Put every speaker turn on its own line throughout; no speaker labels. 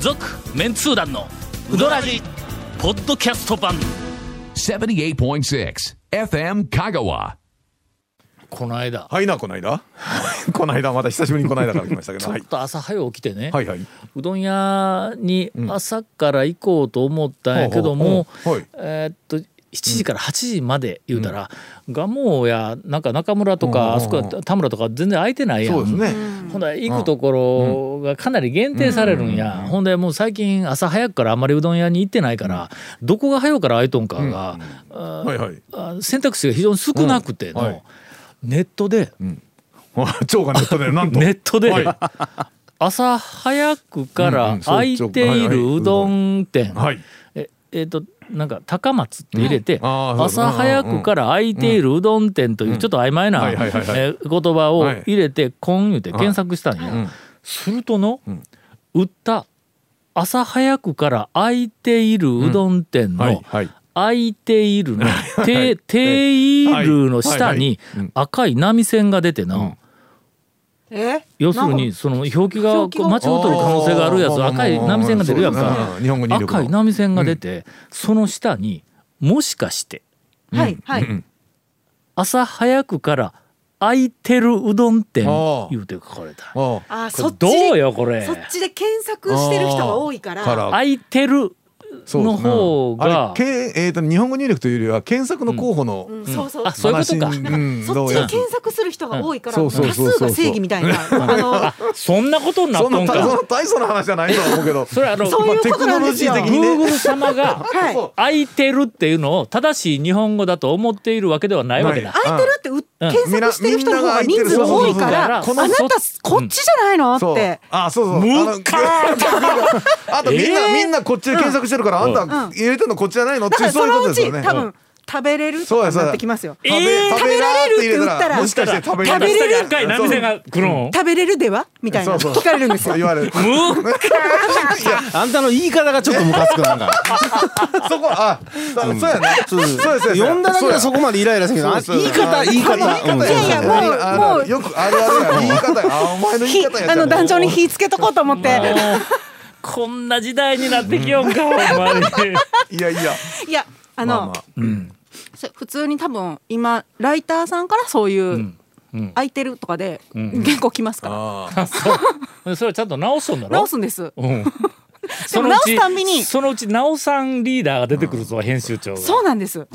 続メンツー団のウドラジポッドキャスト版
78.6 FM Kagawa.
この間
はいなこないだ こないだまた久しぶりにこないだから来ましたけ
ち
ど、
ょ
は
っ
い、
と朝早起きてね、
はいはいう
どん屋に朝から行こうと思ったんやけども、
うんはい
えーっと7時から8時まで言うたら、蒲生やなんか中村とか、あそこや田村とか全然空いてないやん
そうですね
ほんなら行くところがかなり限定されるんや、ほんでもう最近朝早くからあんまりうどん屋に行ってないから、どこが早うから空いとんかが、あ
はいはい
あ選択肢が非常に少なくての、
うんはい
ネットで、
蝶がネットでなんと
ネットで、
はい
朝早くか
うんう
ら
んそう
開いているうどん店、
はい
ええーとなんか高松って入れて、
あーそう
朝早くから開いているうどん店というちょっと曖昧な、
はいはいはいはい
えー言葉を
はい
入れて「こん」言うて検索したんや、するとの、売った朝早くから開いているうどん店の「
はいはい
開いているの「てている」の下に
はいはいうん
赤い波線が出てな、
え
要するにその表記が
表記が
間違うとる可能性があるやつ
あー
赤い波線が出るやん
そう
か
ですね日本語入力の
赤い波線が出てその下に「もしかして
はいはい、
朝早くから空いてるうどん店
あ」ー
言うて書かれた
あー
あーそ
これ
っち
ど
で
うよこれ
そっちで検索してる人が多いから
あーから
空いてる
そうですね
の方が
あれけえーと日本語入力というよりは検索の候補の、
うん、そうそう
あ そういうことか
マシンうん
そ
どう
っちで
や
検索する人が多いから
うん
多
そうそうそうそう
数が正義みたいなあ
そんなことになっ
そん
と
なん大そ
か
の大層な話じゃないとは思うけど
それあの
のそういうことなんですよ
まあテクノロジー的に
Google 様が
はい
そう
空いてるっていうのを正しい日本語だと思っているわけではないわけだ
ない。
空いてるってう検索してる人の方が人数が多いからあ
みんなが空いてるそうそうそう
なたこっちじゃないのっ
そう
て
あそうそうむか あとみんな、みんなこっちで検索してるから、あんた入れてんのこっちじゃないのっ
だ
て
か
いう
ら
そ
そう
いうこと
のう
ですよ
ち
ね
多分食べれると
そう
か
や
に
そう
なっ
や
てきますよ
食べ食べらー入
食べられるって打ったら
もしかして食べら
食べ
下
れる
に赤い波線が来るの。
食べれるではみたいな
そうそう
聞かれるんですよ
言われる
む
あんたの言い方がちょっとムカつくなんか。
そこあそうやねそうですそうです
呼んだだけでそこまでイライラするけど、あ
そう
言
そう
い方言い方。うん
いやいやもう
あのよくあるあるや言い方やあお前の言い
火
方や
あの団長に火つけとこうと思って
こんな時代になってきよう か、ほんまに。
いやいや
いやあの、
まあまあ
そ普通に多分今ライターさんからそういう、空いてるとかで原稿来ますから、
それちゃんと直すんだろ
直すんです
うん。
で
そ
も
のう
直
ち
すたんびに
そのうち直さんリーダーが出てくるぞ、編集長が。
そうなんです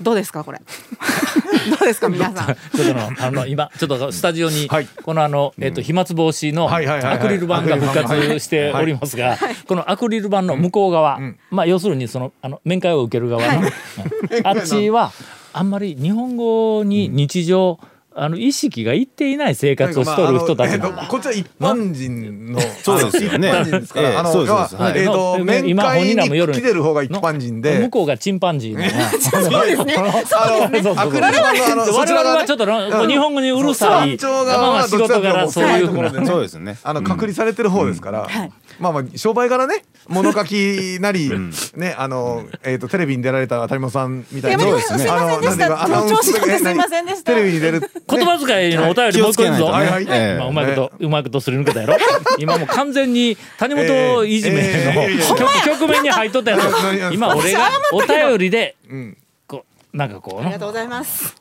どうですかこれ どうですか皆さん
ちょっとあのあの今ちょっとスタジオに
はい
このあのえっと飛沫防止の
はいはいはいはい
アクリル板が復
アクリル板
活
が
しておりますがこのアクリル板の向こう側まあ要するにそのあの面会を受ける側のうん あっちはあんまり日本語に日常あの意識がいっていない生活をしとる人たち
ま
な
あ
んだ
あのえっと。こっちは一般人の
そうですよね。
一般人ですから、
ええ
あの
そうですそうです。
まあ
はい
えっ、と
の
面
今本人らも
会
夜
に来てる方が一般人で
向こうがチンパンジーのな
そうですね
あのアクリル板のあの そ
我
ち
々
らが
は
ね
ちょっとのこう日本語にうるさい
そう山頂
まあ
側
まあ
は
仕
どっち
事
だと
柄
思う
そういうふうな
そう
そうですね。
あの隔離されてる方ですから、
はい
まあまあ商売柄ね物書きな り、ねあの、えー、とテレビに出られた谷本さんみたいな
山
本さん
そうですね
すいません
あのなんて
でした
いうかアナウンスとかね
調子乗ってすいませんでした
テレビに出る、ね、
言葉遣いのお便り
気
もう
を
一
つ
個
け
い
ない
く
と
ぞ。
はい
ね
はい。
え
まあ、う
え
まいこと、うまいことすり抜けたやろ今もう完全に谷本いじめの
ええええ
局,、局面に入っとったや
なな
ろ
な
今俺がお便りで
ん
こうなんかこう
あり
な
がとうございます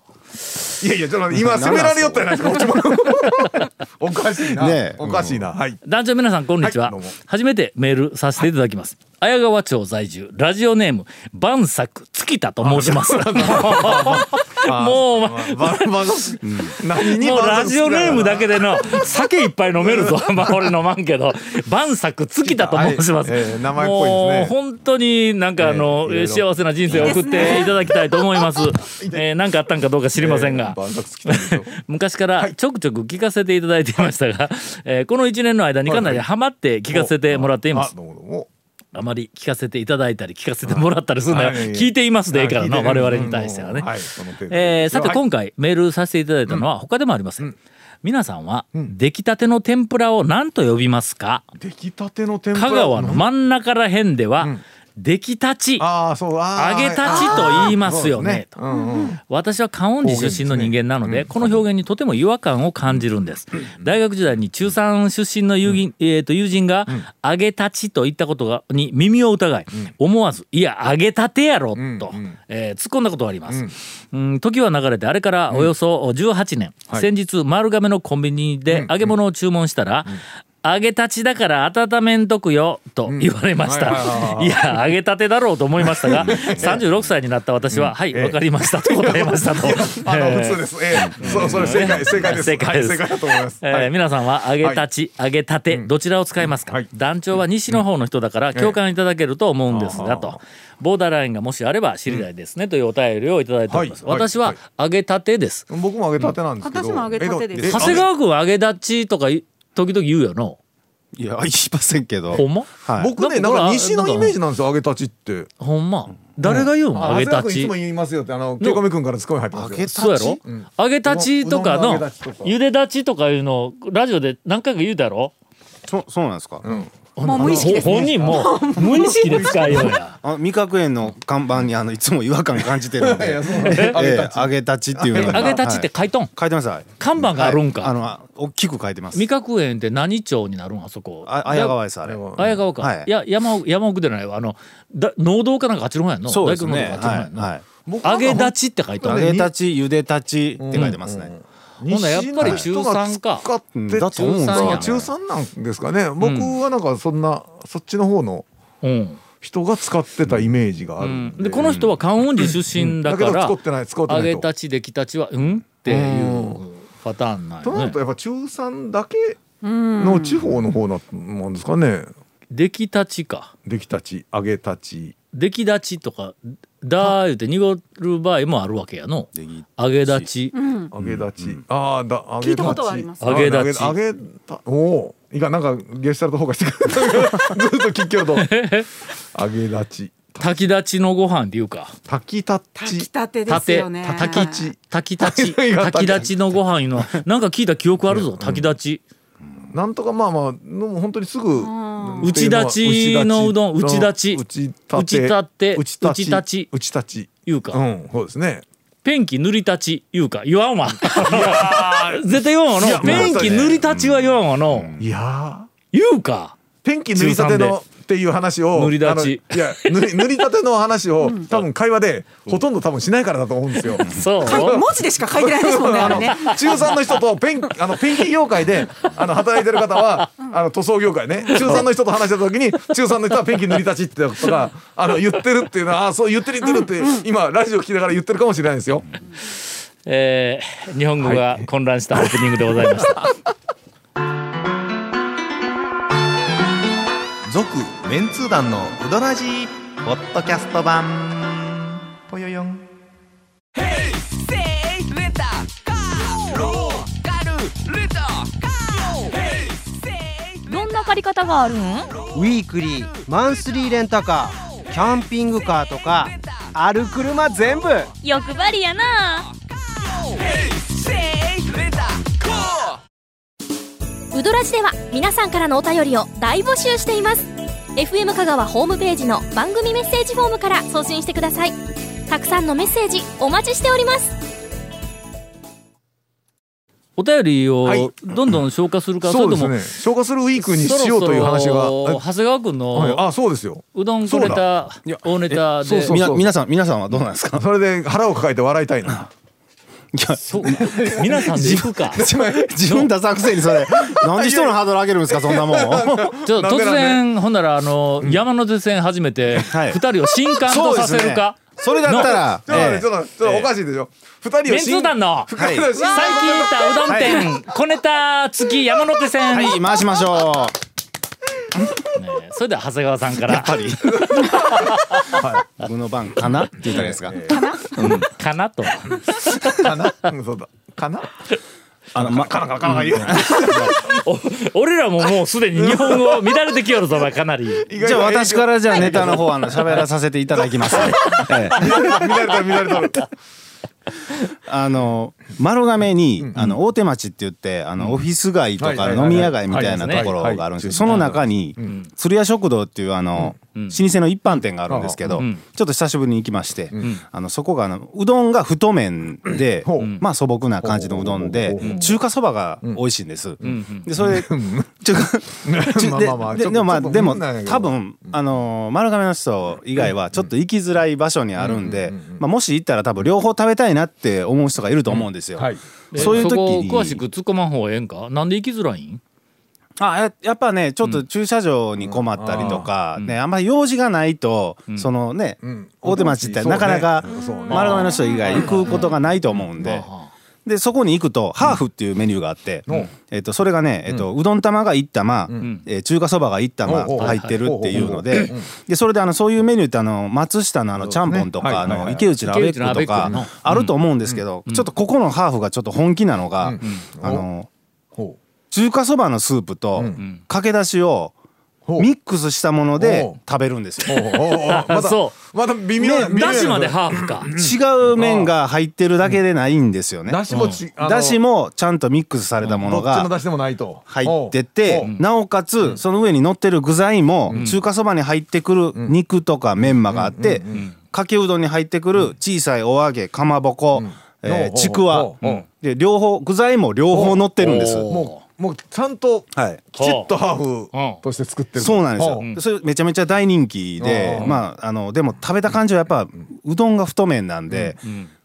いやいやちょっと待って今責められよったやないですかこっちも おかしいな、
ねえ
おかしいな、はい
団長皆さんこんにち
は
は、
いどうも
初めてメールさせていただきます綾川町在住ラジオネーム晩作月田と申しますもうお前
ばば何に
もう
満足
ラジオネームだけでの酒いっぱい飲めるぞまあ俺飲まんけど晩作月田と申します、
はいええ名前っぽいですね
もう本当になんかあの、
ええいろいろ
幸せな人生を送っていただきたいと思いますえーなんかあったんかどうか知りませんが、
えー万作好きなんでしょ
昔からちょくちょく聞かせていただいていましたが、えーこの1年の間にかなりハマって聞かせてもらっていま
あ
す
どうもどうも
あまり聞かせていただいたり聞かせてもらったりするのは
はい
聞いていますでええからな
はい聞い
我
てる
々に対してはね
うんはいその程度ですよ
えーさて
はい
今回メールさせていただいたのは他でもありません皆さんは出来たての天ぷらを何と呼びますか
出来たての天ぷら
香川の真ん中ら辺では出来たち
ああそうあ
揚
ー
げたちと言いますよね
あーそうですうんうん
私は観音寺出身の人間なのでこの表現にとても違和感を感じるんです大学時代に中3出身の友人,、えーと友人が「揚げたち」と言ったことがに耳を疑い思わず「いや揚げたてやろ」と、
んうん
えー突っ込んだことがあります、うん、時は流れてあれからおよそ18年、先日丸亀のコンビニで揚げ物を注文したら「揚げたちだから温めんとくよと言われました、
はいはいはいはい
いや揚げたてだろうと思いました が36歳になった私は「はいわかりました」と答えました と。
あ
えー
の普通です。ええ、そうそれ正解正解です。
正解です
はい正解だと思います。
えー
はい
皆さんは揚げたち、揚げたて、どちらを使いますか、
はい
団長は西の方の人だから共感いただけると思うんですが、とボーダーラインがもしあれば知りたいですね、というお便りをいただいております、
はいはい
私は揚げたてです、
僕も揚げたてなんですけど。
私も揚げたてです
えっとえ
長谷川君は揚げたちとかい時々言うよの
いや言いませんけど
ほんま
はい
僕ね
な
なんん
か
か西のイメージなんですよ揚げたちって。
ほんま誰が言うの、
あ
揚げた
長谷川君い
ち
つも言いますよってあのケイコメ君からツッコミ入ってますよ。
揚げた
そうやろ、
ん
揚げたちとかの
うどんの揚げ立ちとか
茹でたちとかいうのをラジオで何回か言うだろ
そそうなんですか、
うん。
もう無意識です
ほ本人も無意識で使 いようや
あ味覚園の看板にあのいつも違和感感じてるん
い
で
やそうなんです
揚
揚
げ
げ
た
たち
ち揚げたちっていうのが
揚げたちって
はい
書いとん、
書いてますはい
看板があるんか、
はいあのあ大きく書いてます
味覚園って何町になるんあそこ
あ綾川ですあれ
は
綾川か、
はいい、
や山奥山奥でないわあのだ農道かなんかあっちの方やんの
そうです
大
ね
工の方があっ
は
ちの方やんの揚げ
僕な
い、はい
んか
だちって書いてあ
揚
る
ね
げたち茹でたちって書いてますね、
ほんならやっぱり中3か
使って
うんだと思うんです
よね
まあ中3なんですかね。僕はなんかそんなそっちの方の
うん、
人が使ってたイメージがあ
う
るん
ん、でこの人は観音寺出身だか
だ
ら、
けど使ってない使ってない
揚
と
げたちできたちはうんっていうパターンなん
と
よ
なる
ね
とやっぱ中3だけの地方の方なんですかね
できたちか
出来たち揚げたち
出来立ちとかだー言うて濁る場合もあるわけやの
でぎ
揚げ立ち
うん
揚げだち、ああだ揚
聞
げ
いた
だ
こ
ち
とはあります
揚げだち
揚げたおおいいかなんかゲシュタルト崩壊してくるずっと聞きよると 揚げだち
炊き立ちのご飯っていうか
炊きた
炊き
ち
たてで
た
す
て
よね
たきち炊き立ち
いや
炊き立ちのご飯いうのはなんか聞いた記憶あるぞ炊き立ち
なんとかまあまあのもう本当にすぐ
ん
内立ちのうどん内立ち
打ち
打ち立て
打ち立ち
打ち立ち
打ち立ち
いうか、
うんそうですね
ペンキ塗り立ちいうか言わんわ 絶対言わんわのペンキ塗り立ちは言わんわの
いやー
言うか
ペンキ塗りたてのっていう話を
塗り立ち
あのいや塗り塗 りたての話を多分会話でほとんど多分しないからだと思う んですよ。
そう
かい文字でしか書いてないですもんねあ
あ
れ
の
ね
中三の人とペンあのペンキ業界であの働いてる方はあの塗装業界ね中三の人と話した時に中三の人はペンキ塗り立ちってことがあの言ってるっていうのはあそう言ってる言ってるって今ラジオ聞きながら言ってるかもしれないですよ。
えー日本語が混乱したオープニングでございました、
続メンツー団のウドラジーポッドキャスト版ぽよよん
どんな借り方があるん
ウィークリーマンスリーレンタカーキャンピングカーとかある車全部
欲張りやなウドラジでは皆さんからのお便りを大募集しています FM 香川ホームページの番組メッセージフォームから送信してくださいたくさんのメッセージお待ちしております
お便り
はい
をどんどん消化するか、
そうで
そ
す
れ
ね。消化するウィー
とも
クにしようという
そ
話が。
ろそろ長谷川君
あはい
の
あそうですよ。
うどんくれた大ネタ
そう
で
だ
みな皆さん皆さんはどうなん ですか
それで腹を抱えて笑いたいな。
いや
そう皆さんで行くかち
自分出さくせにそ れなんで人のハードル上げるんですかそんなもん
ょっと突
なんでな
然ほんならあの山手線初めて
はい
二人を新刊とさせるか
それだった ら
ちょっと待って
ええ
ちょっと待ってちょっとおかしいでしょ。二人を
メンツー団の
深いの
最近行ったうどん店、小ネタ付き山手線、
はい回しましょ
ねそれでは長谷川さんか
うやっ
ら
ぱりはい僕の番かなって言ったらいいですか
かなと
かな。うんそうだ。かな。
あ のまかなかなか言う
お俺らももうすでに日本語乱れてきよるぞお前かなり
じゃあ私からじゃあネタの方あの喋らさせて いただきます、ええ
見られた見られた。
あの丸亀に、あの大手町って言ってあの、オフィス街と
はいは
か
いはいは
飲
い
み屋街みたいな
あります
と
ね
ころ
はい
があるんですけど、
はい
その中に、鶴屋食堂っていうあの、老舗の一般店があるんですけど、
ん
ちょっと久しぶりに行きまして、あのそこがあのうどんが太麺で、
ほう
まあ素朴な感じのうどんで、中華そばが美味しいんです。でそれ中華中
まあ
で
まあまあ
で
ちょっと
でもまあ
ちょっと
でも
なんやけど
多分あのー丸亀の人以外はちょっと行きづらい場所にあるんで、まあもし行ったら多分両方食べたいなって思う人がいると思うんですよ。
はい
そういう時に
こ詳しく突っ込まん方がええんかなんで行きづらいん
あややっぱねちょっと駐車場に困ったりとか、ねあんまり用事がないと、そのね、
ん
大手町ってなかなか
そうね
丸亀の人以外行くことがないと思うんで。でそこに行くとハーフっていうメニューがあって、
うん
えっとそれがね、えっとうどん玉が1玉、えー中華そばが1玉
おうおう
入ってるっていうので,、
はいはい
でそれであのそういうメニューってあの松下のあのちゃんぽんとか、
はいはい
あ
は
の
い
池内のアベッ
池内のア
ク
ベッ
と
ク
か
の
あると思うんですけど、ちょっとここのハーフがちょっと本気なのが、
うんうん
あの
ほ
中華そばのスープと
ん
かけだしを
ほう
ミックスしたもので
ほう
食べるんです
う
よ。
ほうほうほうま
あ
た
そ
また微
う、ね
妙な、微妙な
だしまでハーフか
違う麺が入ってるだけでないんですよね。
だしもちあの
だしもちゃんとミックスされたもの
どっちの
が
出汁でもないと
入っててなおかつその上に乗ってる具材も中華そばに入ってくる肉とかメンマがあってかけうどんに入ってくる小さいお揚げかまぼこえーちくわ
うんうん
で両方具材も両方乗ってるんです。
おもうもうちゃんと
はい
きちっとハーフとして作ってる
そうなんですよ、
ほう
それめちゃめちゃ大人気で、まああのでも食べた感じはやっぱうどんが太麺なんで、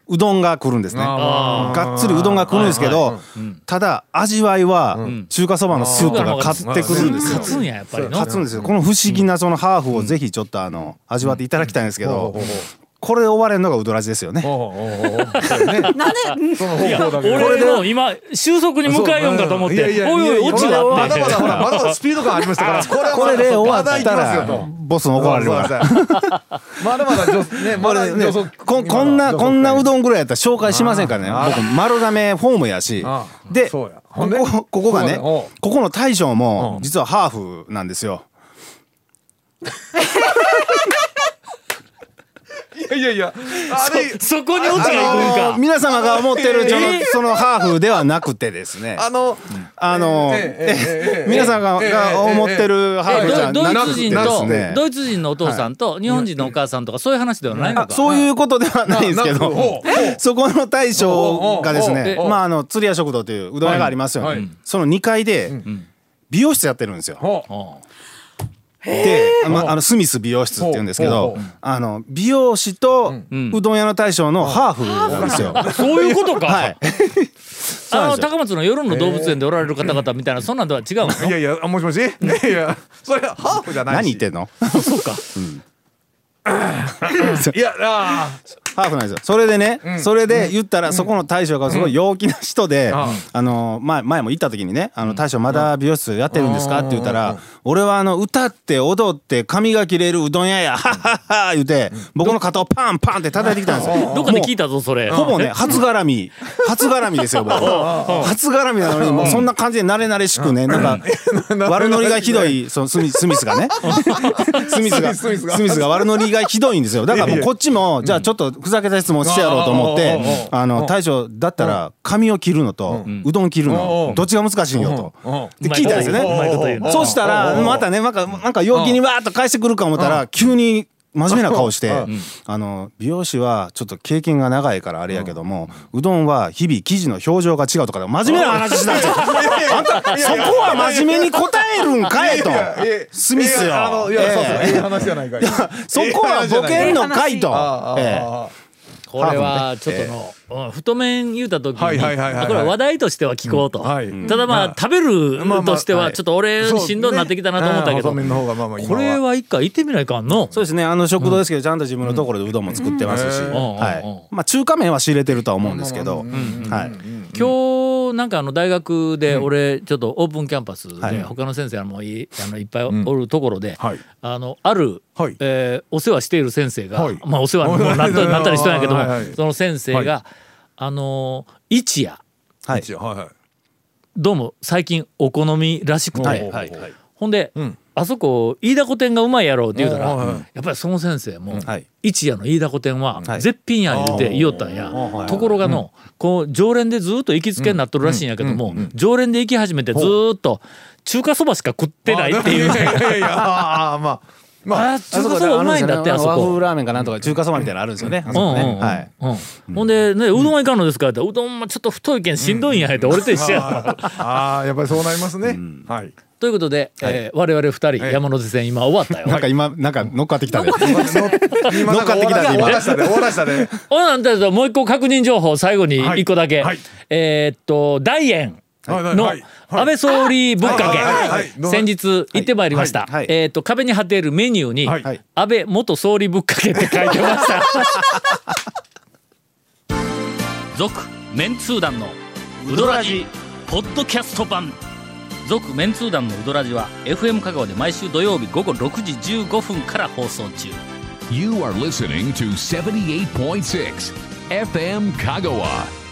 うどんが来るんですね
あ
がっつりうどんが来るんですけど、ただ味わいは中華そばのスープが勝ってくるんですよ
勝つんややっぱりの
勝つんですよこの不思議なそのハーフをぜひちょっとあの味わっていただきたいんですけど、
ほうほうほう
これで終われるのがうどらじですよね、
おうおうおうそうねその方向だけど
俺も今収束に向かえようかと思って
そういやいや
おい
いやい
おい
や
落ちがあ
ま
って
だまだほらまだまだスピード感ありましたからこれは
これで終わ
まだ
っ
いき
た
ますよ
ら
と
ボスに怒られる から。
まだまだ女ねまだ
ね
女装
ここんな
今の
こんなうどんぐらいやったら紹介しませんからね僕丸亀ホームやし
ああ
で
そうやほ
こ
んで
こここがね
そうやおう
ここの大将も実はハーフなんですよ
いやいやいやあ れ
そこに落ち
あ
が
の
行くんか
皆様が思ってるそのそのハーフではなくてですね
あの
あの
ええええええ
皆さんが
ええ
が思ってるハーフじ
え
ゃ
ドド
な
イ
く
ツ人
てです
と、
ね
ドイツ人のお父さんと日本人のお母さんとかそういう話ではないの
あ
か
そういうことではないんです
な
け
な
ど
ほうほう
そこの大将がです
おうおう
ね
おうおう
まああの釣り屋食堂といううどん屋がありますよ
はいは
ね
い
その2階で美容室やってるんですよ
ほう
あ
で、まあ、あのスミス美容室って言うんですけ
ほう
ど
ほうほう
あの美容師とうどん屋の大将のハーフなんですよ。
そういうことか、
は
あ
い、
の
なんですよ
高松の夜の動物園でおられる方々みたいなそんなんとは違うの
いやいやあもしもしい やいやそれハーフじゃないし
何言ってんのそうか、
いやあ
ハーフなんですよそれでね、それで言ったらそこの大将がすごい陽気な人で、
あ
あの前前も行った時にね「あの大将まだ美容室やってるんですか?」って言ったら「俺はあの歌って踊って髪が切れるうどん屋やハッハッハ」言うて僕の肩をパンパンって叩いてきたんですよ。
どっかで聞いたぞそれ
ほぼね、初絡み、初絡みです よ、僕。初絡みなのに、もうそんな感じで慣れ 慣れしくね、なんか、悪ノリがひどい、そのスミスミスが ね、スミスが、
スミスが
スミスが悪ノリがひどいんですよ。だからもうこっちも、じゃあちょっとふざけた質問してやろうと思っ
うん
て、あの、大将、だったら、髪を切るのと、うどん切る
う
の
ん、
どっちが難しいんよと。
あ
って聞いたんですよ
うまいこと言う
ね
な。
そうしたら、またね、なんか、なんか陽気にわーっと返してくるか思ったら、急に真面目な顔して、あの、美容師はちょっと経験が長いからあれやけども、うどんは日々生地の表情が違うとか、真面目な話したんですよ。あんた、そこは真面目に答えるんかいと。スミスよ
いやあのいやそうそう
ええ
ええ話じゃない かい
そこはボケんのかいと。ええ
これはちょっとの、うん太麺言うた時に、
はいはいはいはいはい
これは話題としては聞こうと、
はい
ただまあ、食べ
まあ
る
まあ
としてはちょっと俺しんどになってきたなと思ったけど、
そうねうん細麺の方がまあまあ今
これは一回行ってみないかんの
そうですねあの食堂ですけどちゃんと自分のところでうどんも作ってますし、
うん
うん
は
うんうん
いまあ、中華麺は仕入れてるとは思うんですけど、はい、
今日なんかあの大学で俺ちょっとオープンキャンパス
はい
で他の先生もいいあのいっぱいおるところで、
はい
あのある、
はい
えーお世話している先生が、
はい
まあお世話にもなっなったりしたんやけども、
はいはい
その先生が、あの一夜
はい
一応はいはい
どうも最近お好みらしくて、
はい
はいはい
ほんで、
ん
あそこ飯田古典がうまいやろうって言うたら、
うんはいはい
やっぱりその先生も、
はい
一夜の飯田古典は絶品や言うて言おったんや、
はい
ところがの、こう常連でずっと行きつけになっとるらしいんやけども、常連で行き始めてずっと中華そばしか食ってないっていう、
あでもやや いやああまあまあ
あー中華そばうまいんだってあそ
和
こ
風。ラーメンかなんとか中華そばみたいなのあるんですよね。あそこねはい。
うんうんうんほんで、ね、うどんはいかんのですかって、うどんもちょっと太いけんしんどいんやって、俺と一緒 や。
ああやっぱりそうなりますね、はい
ということで、えー我々二人、
い
山手線今終わったよ。
なんか今なんか乗っかってきたね。
今
乗っかってきたね
終わらしたで終わらしたで
おなんだけどもう一個確認情報最後に
はい
一個だけ、
はい
えーっと大円
はいはい
の
はい
安倍総理ぶっか
はいはいはい
け先日行ってまいりました、
はいはい
えーっと壁に貼っているメニューに、
はい
はい
安倍元総理ぶっかけって書いてました
続メンツー団のウドラジポッドキャスト版続メンツー団のウドラジは FM 香川で毎週土曜日午後6時15分から放送中
You are listening to 78.6 FM Kagawa.